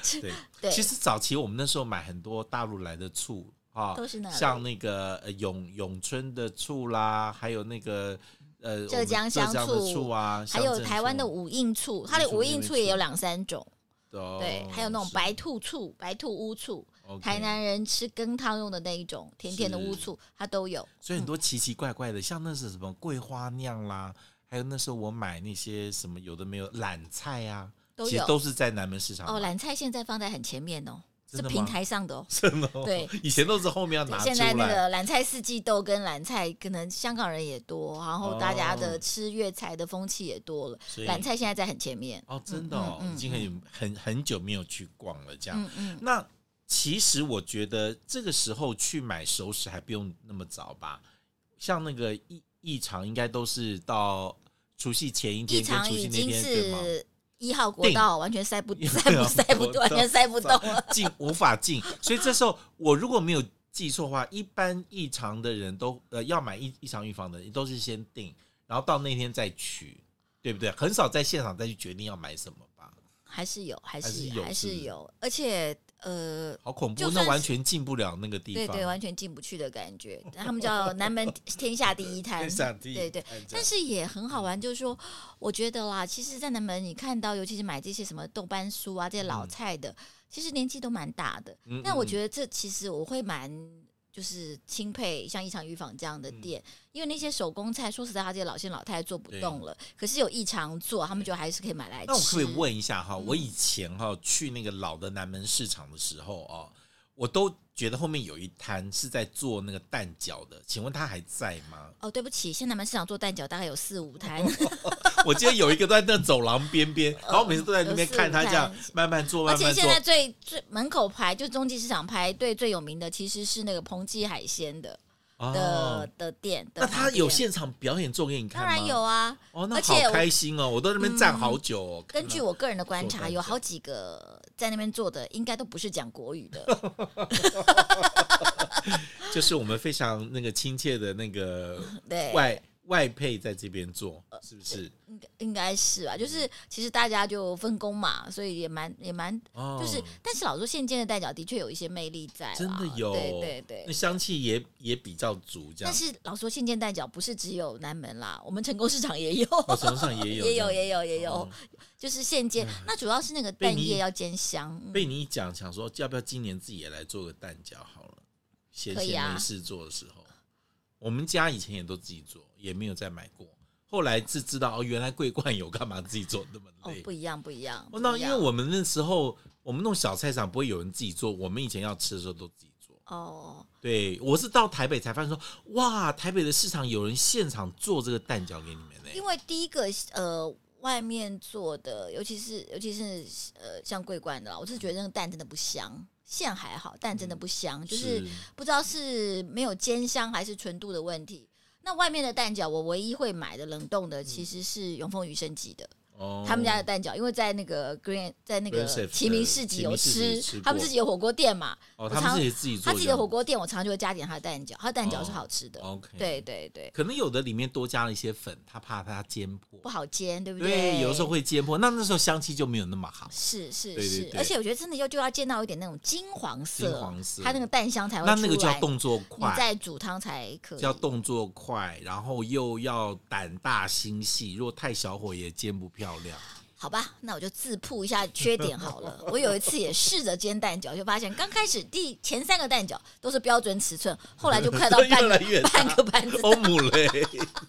Speaker 1: 对，？”
Speaker 2: 对，
Speaker 1: 其实早期我们那时候买很多大陆来的醋啊，
Speaker 2: 都是那里
Speaker 1: 像那个呃永永春的醋啦，还有那个呃
Speaker 2: 浙
Speaker 1: 我
Speaker 2: 江
Speaker 1: 们浙江
Speaker 2: 香
Speaker 1: 的
Speaker 2: 醋
Speaker 1: 醋啊，
Speaker 2: 还有
Speaker 1: 乡镇
Speaker 2: 台湾的
Speaker 1: 醋
Speaker 2: 五印醋，它的
Speaker 1: 印醋
Speaker 2: 五
Speaker 1: 那
Speaker 2: 印
Speaker 1: 边
Speaker 2: 醋也有
Speaker 1: 醋
Speaker 2: 两三种，
Speaker 1: 哦
Speaker 2: 对，还有那种
Speaker 1: 是
Speaker 2: 白兔醋、白兔乌醋，
Speaker 1: OK
Speaker 2: 台南人吃羹汤用的那一种甜甜的乌
Speaker 1: 是
Speaker 2: 醋，它都有。
Speaker 1: 所以很多奇奇怪怪的，像那是什么桂花酿啦，还有那时候我买那些什么有的没有懒菜啊，
Speaker 2: 都
Speaker 1: 其实
Speaker 2: 有
Speaker 1: 都是在南门市场
Speaker 2: 哦，
Speaker 1: 买
Speaker 2: 兰菜现在放在很前面哦，是
Speaker 1: 真的
Speaker 2: 平
Speaker 1: 吗
Speaker 2: 台上的哦。
Speaker 1: 真的哦
Speaker 2: 对，
Speaker 1: 以前都是后面要拿出
Speaker 2: 现在那
Speaker 1: 来，
Speaker 2: 个兰菜四季豆跟兰菜，可能香港人也多，然后大家的
Speaker 1: 哦
Speaker 2: 吃粤菜的风气也多了。
Speaker 1: 所以
Speaker 2: 兰菜现在在很前面，
Speaker 1: 哦，真的哦，
Speaker 2: 嗯嗯
Speaker 1: 已经很很很久没有去逛了，这样。
Speaker 2: 嗯嗯，
Speaker 1: 那其实我觉得这个时候去买熟食还不用那么早吧，像那个异异常应该都是到除夕前一
Speaker 2: 异
Speaker 1: 天跟
Speaker 2: 常
Speaker 1: 除夕
Speaker 2: 已
Speaker 1: 那
Speaker 2: 经
Speaker 1: 天对吗？
Speaker 2: 是一号国
Speaker 1: 定
Speaker 2: 道，完全塞不
Speaker 1: 一号
Speaker 2: 塞不塞不
Speaker 1: 国道
Speaker 2: 完全塞不动了。
Speaker 1: 进无法进，所以这时候我如果没有记错的话，一般异常的人都呃要买异异常预防的都是先定，然后到那天再取，对不对？很少在现场再去决定要买什么吧。
Speaker 2: 还是有，还
Speaker 1: 还是
Speaker 2: 是
Speaker 1: 有
Speaker 2: 还
Speaker 1: 是不
Speaker 2: 是
Speaker 1: 是
Speaker 2: 有，而且呃，
Speaker 1: 好恐怖
Speaker 2: 就，
Speaker 1: 那
Speaker 2: 算是
Speaker 1: 完全进不了那个地
Speaker 2: 对
Speaker 1: 方。
Speaker 2: 对，完全进不去的感觉。他们叫南门天下第 一摊，
Speaker 1: 地
Speaker 2: 对对，但是也很
Speaker 1: 嗯
Speaker 2: 好玩，就是说，我觉得啦，其实，在南门你看到，尤其是买这些什么豆瓣酥啊，这些老
Speaker 1: 嗯
Speaker 2: 菜的，其实年纪都蛮大的。
Speaker 1: 嗯
Speaker 2: 那我
Speaker 1: 嗯
Speaker 2: 觉得这其实我会蛮就是钦佩像一场渔坊这样的
Speaker 1: 嗯
Speaker 2: 店，因为那些手工菜，说实在，他这些老先老太太做不动了，可是有异常做，他们就还是可以买来吃。嗯
Speaker 1: 那我可不可以问一下哈，我以前哈去那个老的南门市场的时候哦，我都觉得后面有一摊是在做那个蛋饺的，请问他还在 吗？
Speaker 2: 哦，对不起，现在南门市场做蛋饺大概有四五 摊，
Speaker 1: 我记得有一个在那走廊边
Speaker 2: 哦
Speaker 1: 边，然后每次都在那边
Speaker 2: 有四五
Speaker 1: 看他这样
Speaker 2: 摊
Speaker 1: 慢慢做，
Speaker 2: 而
Speaker 1: 慢
Speaker 2: 且
Speaker 1: 慢
Speaker 2: 现
Speaker 1: 做。
Speaker 2: 在最最门口排就中继市场排队最有名的其实是那个彭记海鲜的的
Speaker 1: 哦，
Speaker 2: 的店。的
Speaker 1: 那他
Speaker 2: 旁边
Speaker 1: 有现场表演做给你看
Speaker 2: 当
Speaker 1: 吗？
Speaker 2: 然有啊，
Speaker 1: 哦，那
Speaker 2: 而且
Speaker 1: 好
Speaker 2: 我嗯
Speaker 1: 开心哦！我都在那边站好久哦。看
Speaker 2: 根据
Speaker 1: 到
Speaker 2: 我个人的观
Speaker 1: 做
Speaker 2: 察，
Speaker 1: 蛋
Speaker 2: 有
Speaker 1: 饺
Speaker 2: 好几个在那边做的，应该都不是讲国语 的。
Speaker 1: 就是我们非常那个亲切的那个
Speaker 2: 对，
Speaker 1: 外外配在这边做，是不是？
Speaker 2: 应该应该是吧？就是其实大家就分工嘛，所以也蛮也蛮，
Speaker 1: 哦，
Speaker 2: 就是但是老实说现今的代脚的确有一些魅力在啦，
Speaker 1: 真的有
Speaker 2: 对对对
Speaker 1: 那。香气也也比较足，这样。
Speaker 2: 但是老实说，现件代脚不是只有南门啦，我们成功市场也有，
Speaker 1: 哦，手上 也有，
Speaker 2: 也有
Speaker 1: 这样
Speaker 2: 也有也有，嗯
Speaker 1: 哦嗯
Speaker 2: 就是现煎。那主要是那个
Speaker 1: 被
Speaker 2: 蛋
Speaker 1: 你
Speaker 2: 液要煎香，嗯
Speaker 1: 被你一讲，想说要不要今年自己也来做个蛋饺好了？闲
Speaker 2: 可以
Speaker 1: 闲
Speaker 2: 啊
Speaker 1: 没事做的时候，我们家以前也都自己做，也没有再买过。后来是知道哦，原来桂冠有干嘛自己做那么
Speaker 2: 哦
Speaker 1: 累，
Speaker 2: 不一样不一样。
Speaker 1: 哦，那
Speaker 2: 不一
Speaker 1: 因
Speaker 2: 样
Speaker 1: 为我们那时候我们弄小菜场不会有人自己做，我们以前要吃的时候都自己做。
Speaker 2: 哦，
Speaker 1: 对我是到台北才发现说，哇，台北的市场有人现场做这个蛋饺给你们嘞
Speaker 2: 因。为第一个呃。外面做的，尤其是尤其是呃，像桂冠的啦，我是觉得那个蛋真的不香，馅还好，蛋
Speaker 1: 嗯
Speaker 2: 真的不香，就是不知道是没有煎香还是纯度的问题。那外面的蛋饺，我唯一会买的冷冻的其实是永丰鱼生记的，
Speaker 1: 嗯哦
Speaker 2: 他们家的蛋饺，因为在那个 Green 在那个
Speaker 1: Grand Chef
Speaker 2: 齐名市集有
Speaker 1: 齐明市
Speaker 2: 吃
Speaker 1: 集吃过，
Speaker 2: 他们自己有火锅店嘛，
Speaker 1: 哦，
Speaker 2: 我
Speaker 1: 他们
Speaker 2: 常
Speaker 1: 自己自己做这
Speaker 2: 他
Speaker 1: 样，
Speaker 2: 自己的火锅店，我常常就会加点他的蛋饺，他的蛋饺
Speaker 1: 哦
Speaker 2: 是好吃的，
Speaker 1: ，OK，
Speaker 2: 对，对对，
Speaker 1: 可能有的里面多加了一些粉，他怕它煎破
Speaker 2: 不，好煎，对不
Speaker 1: 对，有的时候会煎破，那那时候香气就没有那么好。
Speaker 2: 是是
Speaker 1: 对对
Speaker 2: 是，
Speaker 1: 对
Speaker 2: 而且我觉得真的要就要见到一点那种金黄
Speaker 1: 金
Speaker 2: 色，
Speaker 1: 黄色
Speaker 2: 它那个蛋香才会
Speaker 1: 那那个就要
Speaker 2: 出来
Speaker 1: 动作
Speaker 2: 你
Speaker 1: 快，
Speaker 2: 再煮汤才可以，
Speaker 1: 就要动作快，然后又要胆大心细，如果太小火也煎不漂 亮。
Speaker 2: 好吧，那我就自曝一下缺点好了。我有一次也试着煎蛋饺，就发现刚开始第前三个蛋饺都是标准尺寸，后来就快到半
Speaker 1: 越来
Speaker 2: 个
Speaker 1: 越大
Speaker 2: 半个盘子，
Speaker 1: 欧姆雷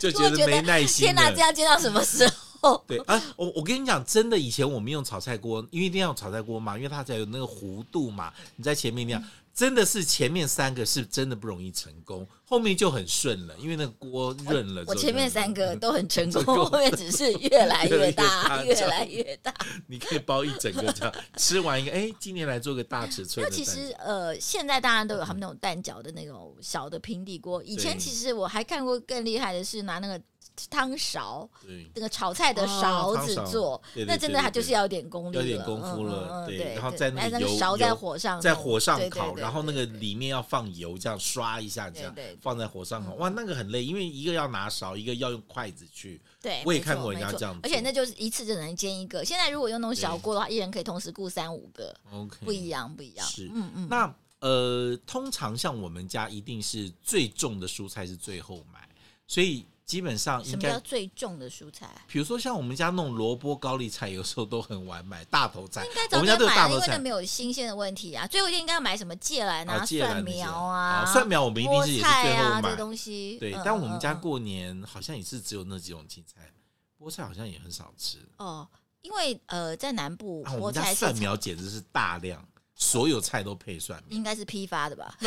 Speaker 1: 就
Speaker 2: 就
Speaker 1: 觉
Speaker 2: 会
Speaker 1: 得
Speaker 2: 觉
Speaker 1: 没
Speaker 2: 得
Speaker 1: 耐心
Speaker 2: 天哪，这
Speaker 1: 了。
Speaker 2: 要煎到什么时候？
Speaker 1: 对啊，我我跟你讲，真的，以前我们用炒菜锅，因为一定要用炒菜锅嘛，因为它才有那个弧度嘛。你在前面那样，
Speaker 2: 嗯
Speaker 1: 真的是前面三个是真的不容易成功，后面就很顺了，因为那个锅润了之后就很。
Speaker 2: 我前面三个都很成功，
Speaker 1: 成功
Speaker 2: 后面只是越来越大，
Speaker 1: 越来越大
Speaker 2: 越来越大。
Speaker 1: 你可以包一整个这样，吃完一个，哎，今年来做个大尺寸
Speaker 2: 那
Speaker 1: 的蛋
Speaker 2: 其
Speaker 1: 饺。嗯
Speaker 2: 实呃，现在当然都有他们那种蛋饺的那种小的平底锅，以前
Speaker 1: 对
Speaker 2: 其实我还看过更厉害的是拿那个汤勺。
Speaker 1: 对。
Speaker 2: 那个炒菜的勺子做，
Speaker 1: 哦汤勺对对
Speaker 2: 那真的它就是要有点功力了，
Speaker 1: 要点功夫了
Speaker 2: 嗯嗯嗯
Speaker 1: 对
Speaker 2: 对，
Speaker 1: 然后在那
Speaker 2: 那
Speaker 1: 个
Speaker 2: 个
Speaker 1: 油
Speaker 2: 勺在
Speaker 1: 油
Speaker 2: 火上弄，
Speaker 1: 在火上
Speaker 2: 嗯对对
Speaker 1: 烤，
Speaker 2: 对
Speaker 1: 然后那个
Speaker 2: 对对
Speaker 1: 里面要放油，这样刷一下，这样
Speaker 2: 对对对嗯
Speaker 1: 放在火上烤。哇，那个很累，因为一个要拿勺，一个要用筷子去。
Speaker 2: 对，
Speaker 1: 我也
Speaker 2: 没
Speaker 1: 看
Speaker 2: 错
Speaker 1: 过人家
Speaker 2: 没错
Speaker 1: 这样
Speaker 2: 而
Speaker 1: 做
Speaker 2: 且那就是一次只能煎一个。现在如果用那种小锅的话，一人可以同时雇三五个，
Speaker 1: OK，
Speaker 2: 不一样，不一样。
Speaker 1: 嗯是
Speaker 2: 嗯嗯，
Speaker 1: 那呃，通常像我们家一定是最重的蔬菜是最后买，所以基本上
Speaker 2: 什
Speaker 1: 应
Speaker 2: 么叫
Speaker 1: 该，
Speaker 2: 最重的蔬菜？
Speaker 1: 比如说像我们家弄萝卜高丽菜，有时候都很晚买大头菜
Speaker 2: 应该，
Speaker 1: 我
Speaker 2: 早
Speaker 1: 们家
Speaker 2: 点
Speaker 1: 都有
Speaker 2: 买
Speaker 1: 大
Speaker 2: 了，因
Speaker 1: 头
Speaker 2: 为那
Speaker 1: 菜。
Speaker 2: 没有新鲜的问题啊。最后一天应该要买什么芥兰
Speaker 1: 啊
Speaker 2: 啊、
Speaker 1: 芥兰
Speaker 2: 蒜
Speaker 1: 那些
Speaker 2: 苗啊、
Speaker 1: 啊蒜苗我们一定是也是
Speaker 2: 菠菜
Speaker 1: 最后
Speaker 2: 啊
Speaker 1: 买
Speaker 2: 这个东西。
Speaker 1: 对
Speaker 2: 嗯，
Speaker 1: 但我们
Speaker 2: 嗯
Speaker 1: 家
Speaker 2: 嗯
Speaker 1: 过年好像也是只有那几种青菜，菠菜好像也很少吃。
Speaker 2: 哦，因为呃，在南部
Speaker 1: 啊，
Speaker 2: 菠
Speaker 1: 我们家
Speaker 2: 菜是
Speaker 1: 蒜苗简直是大量，所有菜都配蒜苗。
Speaker 2: 应该是批发的吧？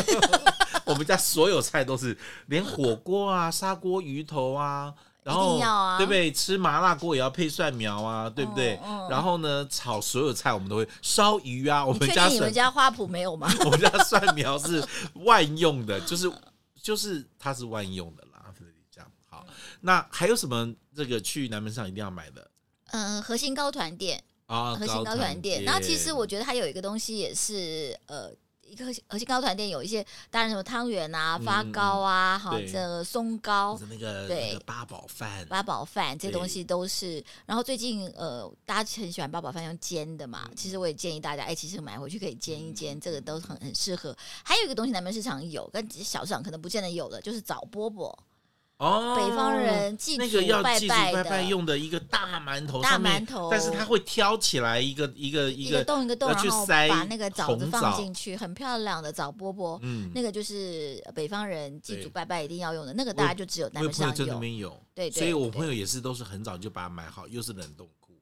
Speaker 1: 我们家所有菜都是，连火锅啊、砂锅鱼头啊，然
Speaker 2: 一
Speaker 1: 后
Speaker 2: 定要啊
Speaker 1: 对不对？吃麻辣锅也要配蒜苗啊，对不对？
Speaker 2: 嗯嗯
Speaker 1: 然后呢，炒所有菜我们都会烧鱼 啊，我
Speaker 2: 确
Speaker 1: 们家
Speaker 2: 定你
Speaker 1: 蒜
Speaker 2: 们家花圃没 有吗？
Speaker 1: 我 们家蒜苗是万用的，就是就是它是万用的啦，这样好。那还有什么这个去南门上一定要买的
Speaker 2: 嗯，核心高团店，
Speaker 1: 啊？
Speaker 2: 核心高团店。
Speaker 1: 店。
Speaker 2: 然后其实我觉得它有一个东西也是呃。一个核心核心高团店有一些，当然有汤圆啊、
Speaker 1: 嗯
Speaker 2: 发糕啊，哈、
Speaker 1: 对
Speaker 2: 这个松糕
Speaker 1: 是、那个
Speaker 2: 对
Speaker 1: 那个八宝饭，
Speaker 2: 八宝饭这
Speaker 1: 对
Speaker 2: 些东西都是。然后最近呃，大家很喜欢八宝饭用煎的嘛，其
Speaker 1: 嗯
Speaker 2: 实我也建议大家，哎、其实买回去可以煎一煎，这个都很很适合。还有一个东西，南门市场有，但小市场可能不见得有的，就是枣饽饽。
Speaker 1: 哦，
Speaker 2: 北方人祭
Speaker 1: 那
Speaker 2: 祖
Speaker 1: 个要
Speaker 2: 拜
Speaker 1: 祭祖
Speaker 2: 拜
Speaker 1: 拜
Speaker 2: 的
Speaker 1: 拜用的一个大馒头，
Speaker 2: 大
Speaker 1: 上面
Speaker 2: 馒头
Speaker 1: 但是它会挑起来一个一个一
Speaker 2: 一个
Speaker 1: 个，
Speaker 2: 洞一个洞，
Speaker 1: 要
Speaker 2: 然
Speaker 1: 去
Speaker 2: 后
Speaker 1: 塞
Speaker 2: 把那个枣子
Speaker 1: 红
Speaker 2: 放
Speaker 1: 枣
Speaker 2: 进去，很漂亮的枣饽饽。
Speaker 1: 嗯，
Speaker 2: 那个就是呃北方人祭
Speaker 1: 对
Speaker 2: 祖拜拜一定要用的，那个
Speaker 1: 我
Speaker 2: 大家就只有
Speaker 1: 我
Speaker 2: 南
Speaker 1: 有
Speaker 2: 门
Speaker 1: 朋友
Speaker 2: 上
Speaker 1: 在那
Speaker 2: 有。
Speaker 1: 边有，
Speaker 2: 对对
Speaker 1: 所以我
Speaker 2: 对
Speaker 1: 朋友也是都是很早就把它买好，又是冷冻库，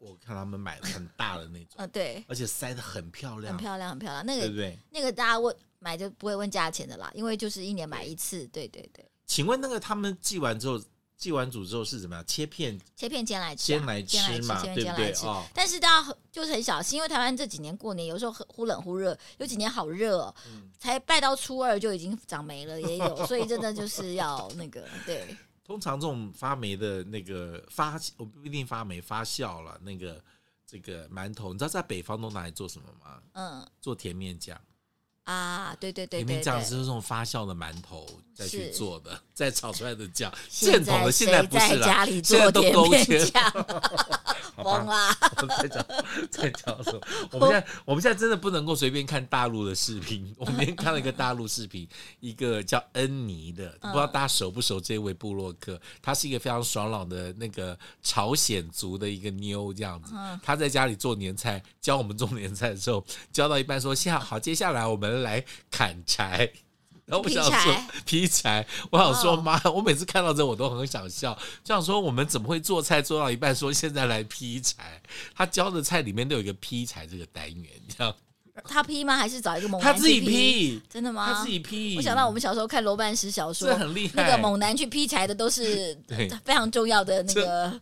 Speaker 1: 我看他们买了很大的那 种，
Speaker 2: 呃，对，
Speaker 1: 而且塞的很漂亮，
Speaker 2: 很漂亮，很漂亮。那
Speaker 1: 对啊
Speaker 2: 个
Speaker 1: 不对？
Speaker 2: 那个大家问买就不会问价钱的啦，因为就是一年买一次。对对对，
Speaker 1: 请问那个他们祭完之后，祭完祖之后是怎么样？切片
Speaker 2: 切片煎来吃啊，
Speaker 1: 先来
Speaker 2: 煎来
Speaker 1: 吃嘛，
Speaker 2: 切片
Speaker 1: 对
Speaker 2: 煎
Speaker 1: 不
Speaker 2: 来
Speaker 1: 对？
Speaker 2: 吃。
Speaker 1: 哦，
Speaker 2: 但是大家很就是很小心，因为台湾这几年过年有时候很忽冷忽热，有几年好热哦、
Speaker 1: 嗯
Speaker 2: 才拜到初二就已经长霉了，也 有，所以真的就是要那个对
Speaker 1: 通常这种发霉的那个发，我不一定发霉发酵了，那个这个馒头，你知道在北方都拿来做什么吗？
Speaker 2: 嗯
Speaker 1: 做甜面酱，
Speaker 2: 啊，对对对
Speaker 1: 甜
Speaker 2: 对
Speaker 1: 面酱
Speaker 2: 对
Speaker 1: 是。用这种发酵的馒头再去
Speaker 2: 是
Speaker 1: 做的，再炒出来的 酱。
Speaker 2: 现
Speaker 1: 正统的
Speaker 2: 在
Speaker 1: 现
Speaker 2: 谁
Speaker 1: 不是
Speaker 2: 在啊
Speaker 1: 了，
Speaker 2: 家里
Speaker 1: 现在
Speaker 2: 做
Speaker 1: 都
Speaker 2: 甜
Speaker 1: 勾
Speaker 2: 面
Speaker 1: 芡
Speaker 2: 酱，
Speaker 1: 好
Speaker 2: 疯
Speaker 1: 吧？
Speaker 2: 啦！
Speaker 1: 我们在讲在讲什么？我们现在我们现在真的不能够随便看大陆的视频。我们今天看了一个大陆视频，一个叫恩尼的，不知
Speaker 2: 嗯
Speaker 1: 道大家熟不熟这位布洛克？他是一个非常爽朗的那个朝鲜族的一个妞，这样子。
Speaker 2: 嗯
Speaker 1: 他在家里做年菜，教我们做年菜的时候，教到一半说：“下好，接下来我们来砍柴。”然后我
Speaker 2: 劈
Speaker 1: 想说
Speaker 2: 柴
Speaker 1: 劈柴，我想说
Speaker 2: 哦
Speaker 1: 妈，我每次看到这我都很想笑，就想说我们怎么会做菜做到一半说现在来劈柴？他教的菜里面都有一个劈柴这个单元，这样
Speaker 2: 他批吗？还是找一个猛
Speaker 1: 他
Speaker 2: 男
Speaker 1: 自己
Speaker 2: 去批？
Speaker 1: 劈，
Speaker 2: 真的吗？
Speaker 1: 他自己劈。
Speaker 2: 哦我想到我们小时候看罗曼史小说
Speaker 1: 这，很厉害，
Speaker 2: 那个猛男去劈柴的都是
Speaker 1: 哎 对
Speaker 2: 非常重要的那个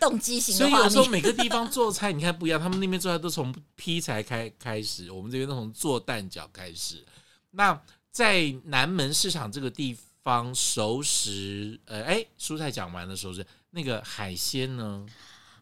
Speaker 2: 动机型
Speaker 1: 所
Speaker 2: 的
Speaker 1: 以有
Speaker 2: 画
Speaker 1: 时候
Speaker 2: 面。
Speaker 1: 每个地方做菜，你看不一样。他们那边做菜都从劈柴开开始，我们这边都从做蛋饺开始。那在南门市场这个地方，熟食，呃，哎，蔬菜讲完了，熟食那个海鲜呢？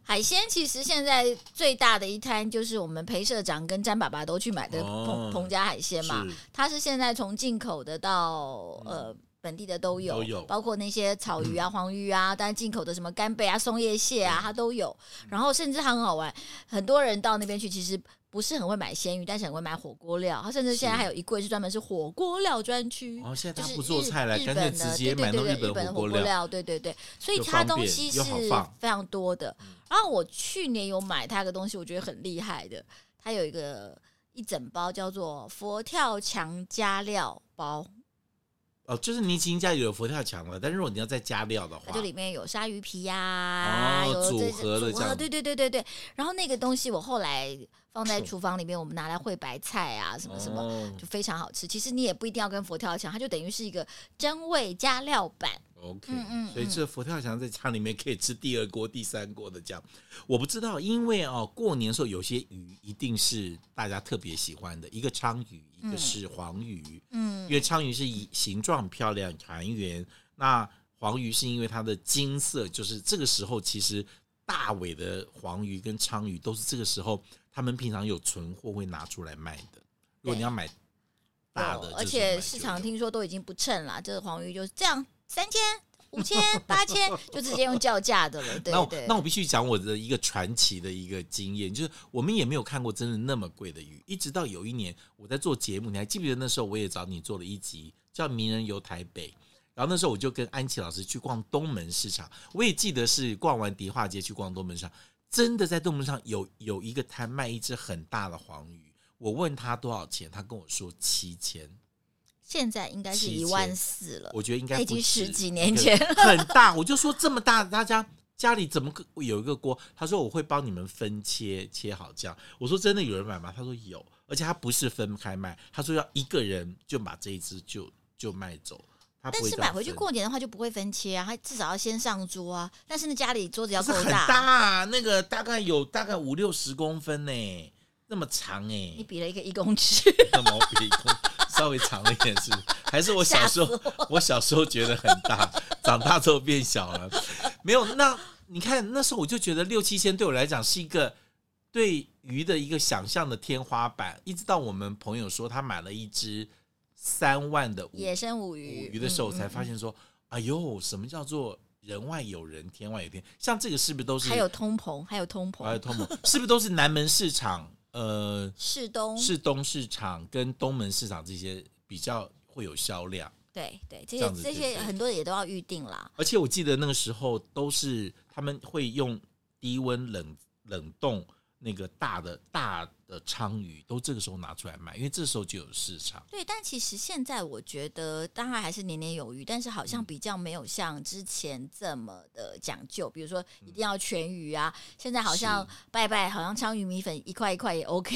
Speaker 2: 海鲜其实现在最大的一摊就是我们裴社长跟詹爸爸都去买的
Speaker 1: 哦
Speaker 2: 彭彭家海鲜嘛，
Speaker 1: 是
Speaker 2: 它是现在从进口的到呃。本地的都有，
Speaker 1: 嗯都有
Speaker 2: 包括那些草 鱼啊、黄鱼啊，当然进口的什么干贝啊、松叶蟹啊，它都有。
Speaker 1: 嗯
Speaker 2: 然后甚至它很好玩，很多人到那边去，其实不是很会买鲜鱼，但是很会买火锅料。它甚至现在
Speaker 1: 是
Speaker 2: 还有一柜是专门是火锅料专区。
Speaker 1: 哦，现在
Speaker 2: 就
Speaker 1: 他
Speaker 2: 是
Speaker 1: 不做菜了，
Speaker 2: 日
Speaker 1: 干
Speaker 2: 本
Speaker 1: 脆
Speaker 2: 的
Speaker 1: 直接
Speaker 2: 对
Speaker 1: 买
Speaker 2: 对
Speaker 1: 那种
Speaker 2: 对
Speaker 1: 日
Speaker 2: 日
Speaker 1: 本
Speaker 2: 的
Speaker 1: 火锅
Speaker 2: 料，
Speaker 1: 料。
Speaker 2: 对对对，所以
Speaker 1: 又
Speaker 2: 它
Speaker 1: 方
Speaker 2: 东
Speaker 1: 便
Speaker 2: 西
Speaker 1: 又
Speaker 2: 是
Speaker 1: 好放嗯
Speaker 2: 非常多的。然后我去年有买它一个东西，我觉得很厉害的，它有一个一整包叫做佛跳墙加料包，
Speaker 1: 哦，就是你已经家里有佛跳墙了，但是如果你要再加料的
Speaker 2: 它
Speaker 1: 话
Speaker 2: 就，里面有鲨鱼皮呀、
Speaker 1: 哦
Speaker 2: 有这
Speaker 1: 组合的
Speaker 2: 组
Speaker 1: 这样
Speaker 2: 合，
Speaker 1: 子
Speaker 2: 对对对对对。然后那个东西我后来放在
Speaker 1: 是
Speaker 2: 厨房里面，我们拿来烩白菜啊，什么什么。
Speaker 1: 哦
Speaker 2: 就非常好吃，其实你也不一定要跟佛跳墙，它就等于是一个真味加料版，
Speaker 1: OK，
Speaker 2: 嗯嗯
Speaker 1: 所以这佛跳墙在家里面可以吃第二锅、第三锅的酱。我不知道，因为哦，过年的时候有些鱼一定是大家特别喜欢的，一个鲳鱼，一个是黄鱼，
Speaker 2: 嗯
Speaker 1: 因，为鲳鱼是以形状漂亮、含圆，那黄鱼是因为它的金色，就是这个时候其实大尾的黄鱼跟鲳鱼都是这个时候他们平常有存货会拿出来卖的。如果你要买大的
Speaker 2: 有，
Speaker 1: 这
Speaker 2: 哦
Speaker 1: 时候买
Speaker 2: 而
Speaker 1: 就
Speaker 2: 且
Speaker 1: 有
Speaker 2: 市场听说都已经不称啦，这个黄鱼就是这样，三千、五千、八千，就直接用叫价 的了，对
Speaker 1: 那我
Speaker 2: 对
Speaker 1: 那我必须讲我的一个传奇的一个经验，就是我们也没有看过真的那么贵的鱼，一直到有一年我在做节目，你还记不记得那时候我也找你做了一集叫《名人游台北》，然后那时候我就跟安琪老师去逛东门市场，我也记得是逛完迪化街去逛东门市场，真的在东门上有有一个摊卖一只很大的黄鱼，我问他多少钱，他跟我说七千。
Speaker 2: 现在应该是
Speaker 1: 七
Speaker 2: 一
Speaker 1: 千
Speaker 2: 万四了，
Speaker 1: 我觉得应该
Speaker 2: 那已经
Speaker 1: 不止
Speaker 2: 十几年前
Speaker 1: 很大。我就说这么大，大家家里怎么可有一个锅？他说我会帮你们分切，切好这样。我说真的有人买吗？他说有，而且他不是分开卖，他说要一个人就把这一只就就卖走。他不
Speaker 2: 但
Speaker 1: 会
Speaker 2: 是
Speaker 1: 这样
Speaker 2: 买回去
Speaker 1: 分
Speaker 2: 过年的话就不会分切啊，它至少要先上桌啊。但是那家里桌子要
Speaker 1: 可是
Speaker 2: 够
Speaker 1: 很大、啊，那个大概有大概五六十公分呢、那么长哎、
Speaker 2: 你比了一个一公尺，
Speaker 1: 那毛笔孔稍微长了一点是不是，还是我小时候我小时候觉得很大，长大之后变小了。没有，那你看那时候我就觉得六七千对我来讲是一个对鱼的一个想象的天花板，一直到我们朋友说他买了一只三万的五
Speaker 2: 野生五
Speaker 1: 捕
Speaker 2: 鱼
Speaker 1: 鱼的时候，我
Speaker 2: 嗯
Speaker 1: 才
Speaker 2: 嗯
Speaker 1: 发现说，哎呦，什么叫做人外有人，天外有天？像这个是不是都是
Speaker 2: 还有通膨，还有通
Speaker 1: 还有
Speaker 2: 膨，
Speaker 1: 通膨，是不是都是南门市场？呃，
Speaker 2: 市东
Speaker 1: 是东市场跟东门市场这些比较会有销量，
Speaker 2: 对对，
Speaker 1: 这
Speaker 2: 这些
Speaker 1: 样子
Speaker 2: 这
Speaker 1: 对
Speaker 2: 些
Speaker 1: 不对
Speaker 2: 很多也都要预定啦。
Speaker 1: 而且我记得那个时候都是他们会用低温冷冷冻那个大的大的鲳鱼，都这个时候拿出来卖，因为这时候就有市场。
Speaker 2: 对，但其实现在我觉得，当然还是年年有余，但是好
Speaker 1: 嗯
Speaker 2: 像比较没有像之前这么的讲究，比如说
Speaker 1: 嗯
Speaker 2: 一定要全鱼啊。现在好像拜拜，好像鲳鱼米粉一块一块也 OK，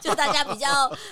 Speaker 2: 就大家比较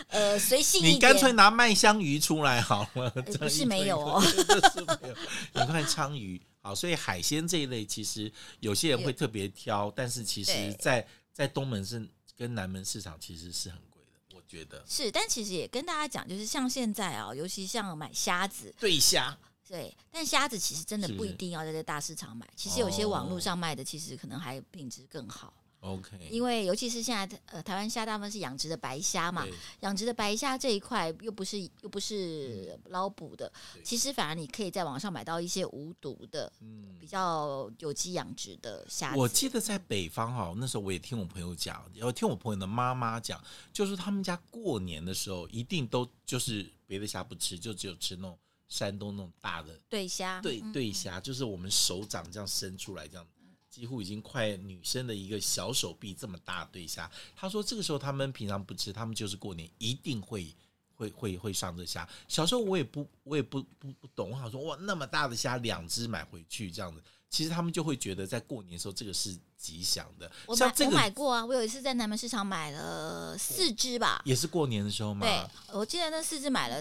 Speaker 2: 呃随性一
Speaker 1: 你
Speaker 2: 点。
Speaker 1: 干脆拿麦香鱼出来好了， 这样
Speaker 2: 不是
Speaker 1: 一堆
Speaker 2: 没有哦，
Speaker 1: 真的是没有。你看鲳鱼，好，所以海鲜这一类其实有些人会特别挑，但是其实
Speaker 2: 对
Speaker 1: 在在东门是跟南门市场其实是很贵的，我觉得。
Speaker 2: 是，但其实也跟大家讲，就是像现在啊、尤其像买虾子，
Speaker 1: 对虾，
Speaker 2: 对，但虾子其实真的
Speaker 1: 是不
Speaker 2: 不一
Speaker 1: 是
Speaker 2: 定要在这大市场买，其实有些网
Speaker 1: 哦
Speaker 2: 络上卖的，其实可能还品质更好。
Speaker 1: OK，
Speaker 2: 因为尤其是现在呃，台湾虾大部分是养殖的白虾嘛，
Speaker 1: 对
Speaker 2: 养殖的白虾这一块又不是又不是捞捕的
Speaker 1: 嗯对，
Speaker 2: 其实反而你可以在网上买到一些无毒的、
Speaker 1: 嗯
Speaker 2: 比较有机养殖的虾
Speaker 1: 我
Speaker 2: 子。
Speaker 1: 记得在北方哈，那时候我也听我朋友讲，也听我朋友的妈妈讲，就是他们家过年的时候一定都就是别的虾不吃，就只有吃那种山东那种大的
Speaker 2: 对虾，
Speaker 1: 对
Speaker 2: 嗯
Speaker 1: 对虾，就是我们手掌这样伸出来，这样几乎已经快女生的一个小手臂这么大的对虾。他说这个时候他们平常不吃，他们就是过年一定会。会会会上这虾，小时候我也不我也不不不懂，我想说哇那么大的虾两只买回去这样子，其实他们就会觉得在过年的时候这个是吉祥的，
Speaker 2: 我
Speaker 1: 像
Speaker 2: 买
Speaker 1: 这
Speaker 2: 我买
Speaker 1: 个哦
Speaker 2: 过啊，我有一次在南门市场买了四只吧，
Speaker 1: 也是过年的时候嘛，
Speaker 2: 对，我记得那四只买了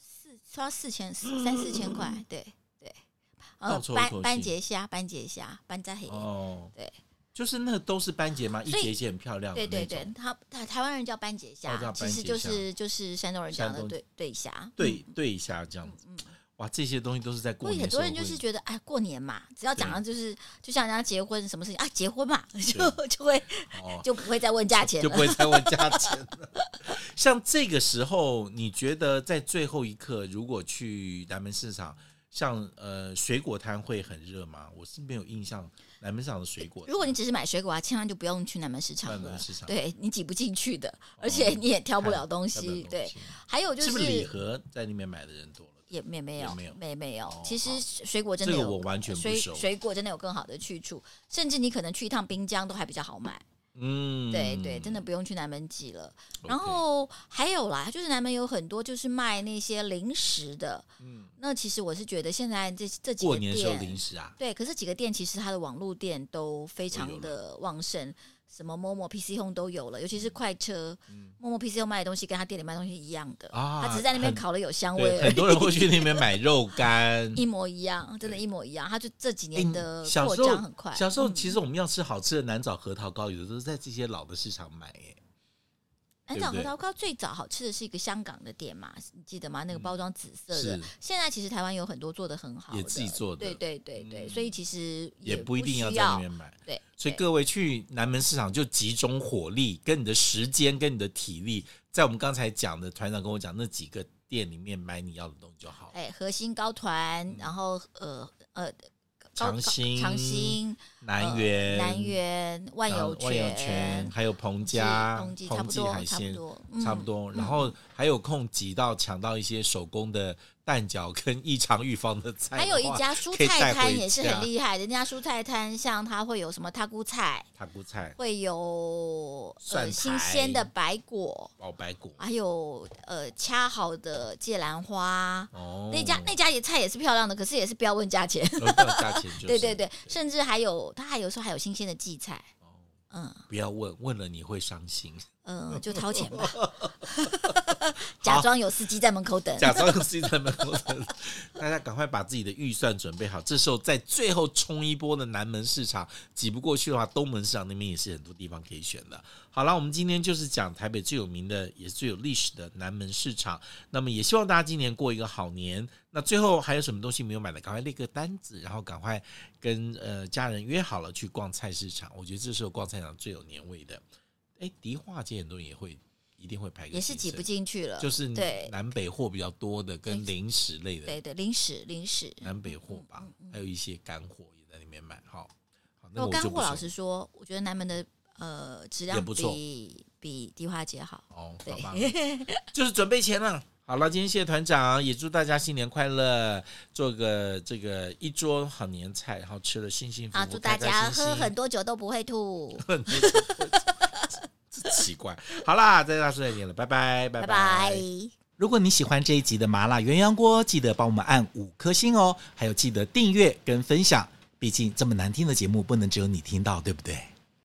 Speaker 2: 四花四千四三四千块，对对，
Speaker 1: 嗯倒
Speaker 2: 呃
Speaker 1: 抽一口气
Speaker 2: 斑斑节虾、斑节虾、斑扎黑，
Speaker 1: 哦，
Speaker 2: 对，
Speaker 1: 就是那都是斑节嘛，一
Speaker 2: 所以
Speaker 1: 节一节很漂亮的
Speaker 2: 对
Speaker 1: 那种，
Speaker 2: 对对，他台台湾人叫斑节
Speaker 1: 哦叫
Speaker 2: 虾，
Speaker 1: 斑节虾
Speaker 2: 其实就是就是山东人讲
Speaker 1: 山
Speaker 2: 的
Speaker 1: 东
Speaker 2: 对对虾，嗯
Speaker 1: 对对虾这样子，哇，这些东西都是在过
Speaker 2: 所以
Speaker 1: 年的
Speaker 2: 嗯很
Speaker 1: 时候会。
Speaker 2: 多人就是觉得，哎，过年嘛，只要讲到就是，就像人家结婚什么事情啊，结婚嘛，就 就会
Speaker 1: 哦，
Speaker 2: 就不会再问价钱
Speaker 1: 就不
Speaker 2: 了。
Speaker 1: 会再问价钱了。 像这个时候，你觉得在最后一刻，如果去南门市场，像呃水果摊会很热吗？我是没有印象，南门市场的水果
Speaker 2: 如果你只是买水果啊，千万就不用去南门市场
Speaker 1: 南
Speaker 2: 了
Speaker 1: 门市，场哦
Speaker 2: 对你挤不进去的，而且你也挑不了东
Speaker 1: 看看
Speaker 2: 西
Speaker 1: 不。到、
Speaker 2: 对，还有就是是
Speaker 1: 不是礼盒在那边买的人多了？
Speaker 2: 也也没有
Speaker 1: 也没有
Speaker 2: 没没有
Speaker 1: 哦，
Speaker 2: 其
Speaker 1: 好
Speaker 2: 实水果真
Speaker 1: 这
Speaker 2: 的
Speaker 1: 个
Speaker 2: 有
Speaker 1: 我完全不
Speaker 2: 水
Speaker 1: 熟。
Speaker 2: 水果真的有更好的去处，甚至你可能去一趟滨江都还比较好买。
Speaker 1: 嗯，
Speaker 2: 对对，真的不用去南门挤了。
Speaker 1: OK。
Speaker 2: 然后还有啦，就是南门有很多就是卖那些零食的，
Speaker 1: 嗯
Speaker 2: 那其实我是觉得现在这这几
Speaker 1: 过
Speaker 2: 个
Speaker 1: 年的时候零
Speaker 2: 店，
Speaker 1: 食啊，
Speaker 2: 对，可是几个店其实它的网络店都非
Speaker 1: 都有嗯
Speaker 2: 常的旺盛，什么 Momo、PC Home 都有了，尤其是快车，Momo、PC Home 卖的东西跟他店里卖的东西一样的，
Speaker 1: 啊
Speaker 2: 他只是在那边
Speaker 1: 很
Speaker 2: 烤的有香味
Speaker 1: 对，
Speaker 2: 而
Speaker 1: 很
Speaker 2: 已。。
Speaker 1: 多人会去那边买肉干
Speaker 2: 一模一样，真的，
Speaker 1: 对
Speaker 2: 一模一样。他就这几
Speaker 1: 哎
Speaker 2: 年的
Speaker 1: 小
Speaker 2: 扩
Speaker 1: 时候
Speaker 2: 张很快。
Speaker 1: 小时候
Speaker 2: 嗯
Speaker 1: 其实我们要吃好吃的南枣核桃糕，有的都是在这些老的市场买耶。
Speaker 2: 南
Speaker 1: 对
Speaker 2: 枣
Speaker 1: 不
Speaker 2: 核
Speaker 1: 对
Speaker 2: 桃糕最早好吃的是一个香港的店嘛，你记得吗？那个包装紫色的
Speaker 1: 嗯是。
Speaker 2: 现在其实台湾有很多做的很好的，
Speaker 1: 也自己做的
Speaker 2: 对对对对，
Speaker 1: 嗯
Speaker 2: 所以其实
Speaker 1: 也
Speaker 2: 不
Speaker 1: 不一定要
Speaker 2: 需
Speaker 1: 在那边买。
Speaker 2: 对，
Speaker 1: 所以
Speaker 2: 对
Speaker 1: 各位去南门市场就集中火力，跟你的时间，跟你的体力，在我们刚才讲的团长跟我讲那几个店里面买你要的东西就好了。
Speaker 2: 哎，核心高团，然后呃呃，高
Speaker 1: 嗯长兴、
Speaker 2: 长、兴、
Speaker 1: 南
Speaker 2: 呃
Speaker 1: 园、
Speaker 2: 南园、万
Speaker 1: 然后
Speaker 2: 有
Speaker 1: 万有泉，还有彭家、
Speaker 2: 同济差
Speaker 1: 同
Speaker 2: 不
Speaker 1: 济
Speaker 2: 多
Speaker 1: 海
Speaker 2: 差不
Speaker 1: 鲜
Speaker 2: 多嗯
Speaker 1: 差不多。然后还有空挤到抢到一些手工的蛋饺跟 异常预防的菜的话，
Speaker 2: 嗯还有一家蔬
Speaker 1: 哎可以带
Speaker 2: 菜
Speaker 1: 回
Speaker 2: 摊也是
Speaker 1: 家
Speaker 2: 很厉害，人家蔬菜摊像它会有什么塔菇菜，
Speaker 1: 塔菇菜、
Speaker 2: 会有
Speaker 1: 蒜苔
Speaker 2: 呃新鲜的白果，
Speaker 1: 老哦白果。
Speaker 2: 还有呃掐好的芥兰花。
Speaker 1: 哦，
Speaker 2: 那家那家也菜也是漂亮的，可是也是不要问 价钱。
Speaker 1: 哦不要价钱就是
Speaker 2: 对对对，甚至还有它还有时候还有新鲜的荠菜。嗯
Speaker 1: 不要问，问了你会伤心。
Speaker 2: 嗯、 呃就掏钱吧，假装有司机在门口等。
Speaker 1: 假装是在门口等，大家赶快把自己的预算准备好。这时候在最后冲一波的南门市场挤不过去的话，东门市场那边也是很多地方可以选的。好了，我们今天就是讲台北最有名的，也是最有历史的南门市场。那么也希望大家今年过一个好年。那最后还有什么东西没有买的，赶快列个单子，然后赶快跟呃家人约好了去逛菜市场。我觉得这时候逛菜市场最有年味的。哎，迪化街很多人也会一定会排个
Speaker 2: 也是
Speaker 1: 行
Speaker 2: 挤
Speaker 1: 程
Speaker 2: 不进去了，
Speaker 1: 就是
Speaker 2: 对
Speaker 1: 南北货比较多的，跟零食类的
Speaker 2: 对嗯对，零食零食。
Speaker 1: 南北货吧，还有一些干货也在里面买。好，好，那
Speaker 2: 然后
Speaker 1: 我就
Speaker 2: 哦干
Speaker 1: 不
Speaker 2: 货老
Speaker 1: 说
Speaker 2: 实说，我觉得南门的呃质
Speaker 1: 也
Speaker 2: 量
Speaker 1: 不错
Speaker 2: 比比迪化街好。
Speaker 1: 哦，
Speaker 2: 对
Speaker 1: 好吧，就是准备钱了。好了，今天谢谢团长，也祝大家新年快乐，做个这个一桌好年菜，然后吃了幸幸福
Speaker 2: 啊，
Speaker 1: 福，
Speaker 2: 祝大
Speaker 1: 开开
Speaker 2: 家
Speaker 1: 心心
Speaker 2: 喝很多酒都不会吐，
Speaker 1: 很多酒喝酒真奇怪。好啦，再大家再见了，拜拜，拜
Speaker 2: 拜
Speaker 1: 拜。
Speaker 2: 拜。
Speaker 1: 如果你喜欢这一集的麻辣鸳鸯锅，记得帮我们按五颗星哦，还有记得订阅跟分享，毕竟这么难听的节目不能只有你听到，对不对？